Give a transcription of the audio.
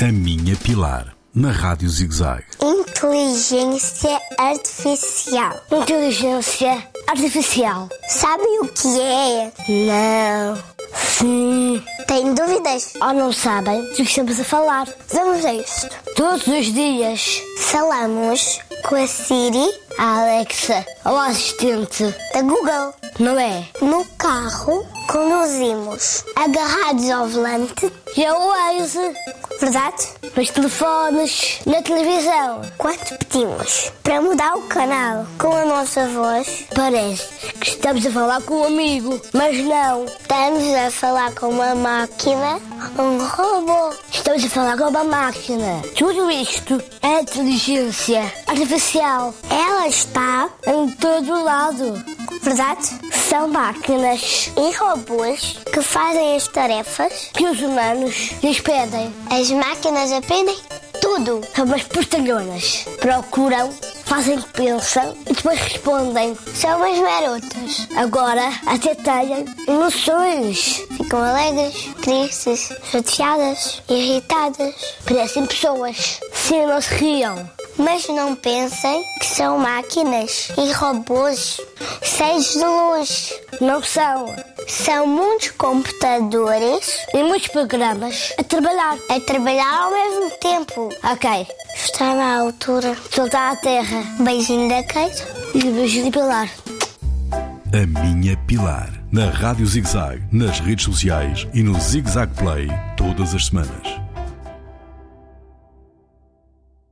A Minha Pilar, na Rádio ZigZag. Inteligência artificial. Inteligência artificial. Sabem o que é? Não. Sim. Têm dúvidas? Ou não sabem do que estamos a falar. Vamos a isto. Todos os dias. Falamos com a Siri A Alexa, ou a assistente. da Google. Não é? No carro, conduzimos agarrados ao volante, E a Waze. verdade? Nos telefones. Na televisão. Quando pedimos para mudar o canal com a nossa voz, Parece que estamos a falar com um amigo. Mas não. estamos a falar com uma máquina, um robô. Estamos a falar com uma máquina. Tudo isto é inteligência artificial. Ela está, Em todo lado. verdade? São máquinas E robôs que fazem as tarefas, que os humanos lhes pedem. as máquinas aprendem tudo. São umas portalhonas. Procuram, fazem o que pensam e depois respondem. São umas marotas. Agora até têm emoções. Ficam alegres, tristes, chateadas, irritadas. Parecem pessoas. Se não se riam. Mas não pensem que são máquinas e robôs cheios de luz. Não são. São muitos computadores Tem muitos programas a trabalhar. a trabalhar ao mesmo tempo. Ok. Está na altura. Soltar à terra. Beijinho da Kate. E beijo de pilar. A Minha Pilar, na Rádio ZigZag, nas redes sociais e no ZigZag Play, todas as semanas.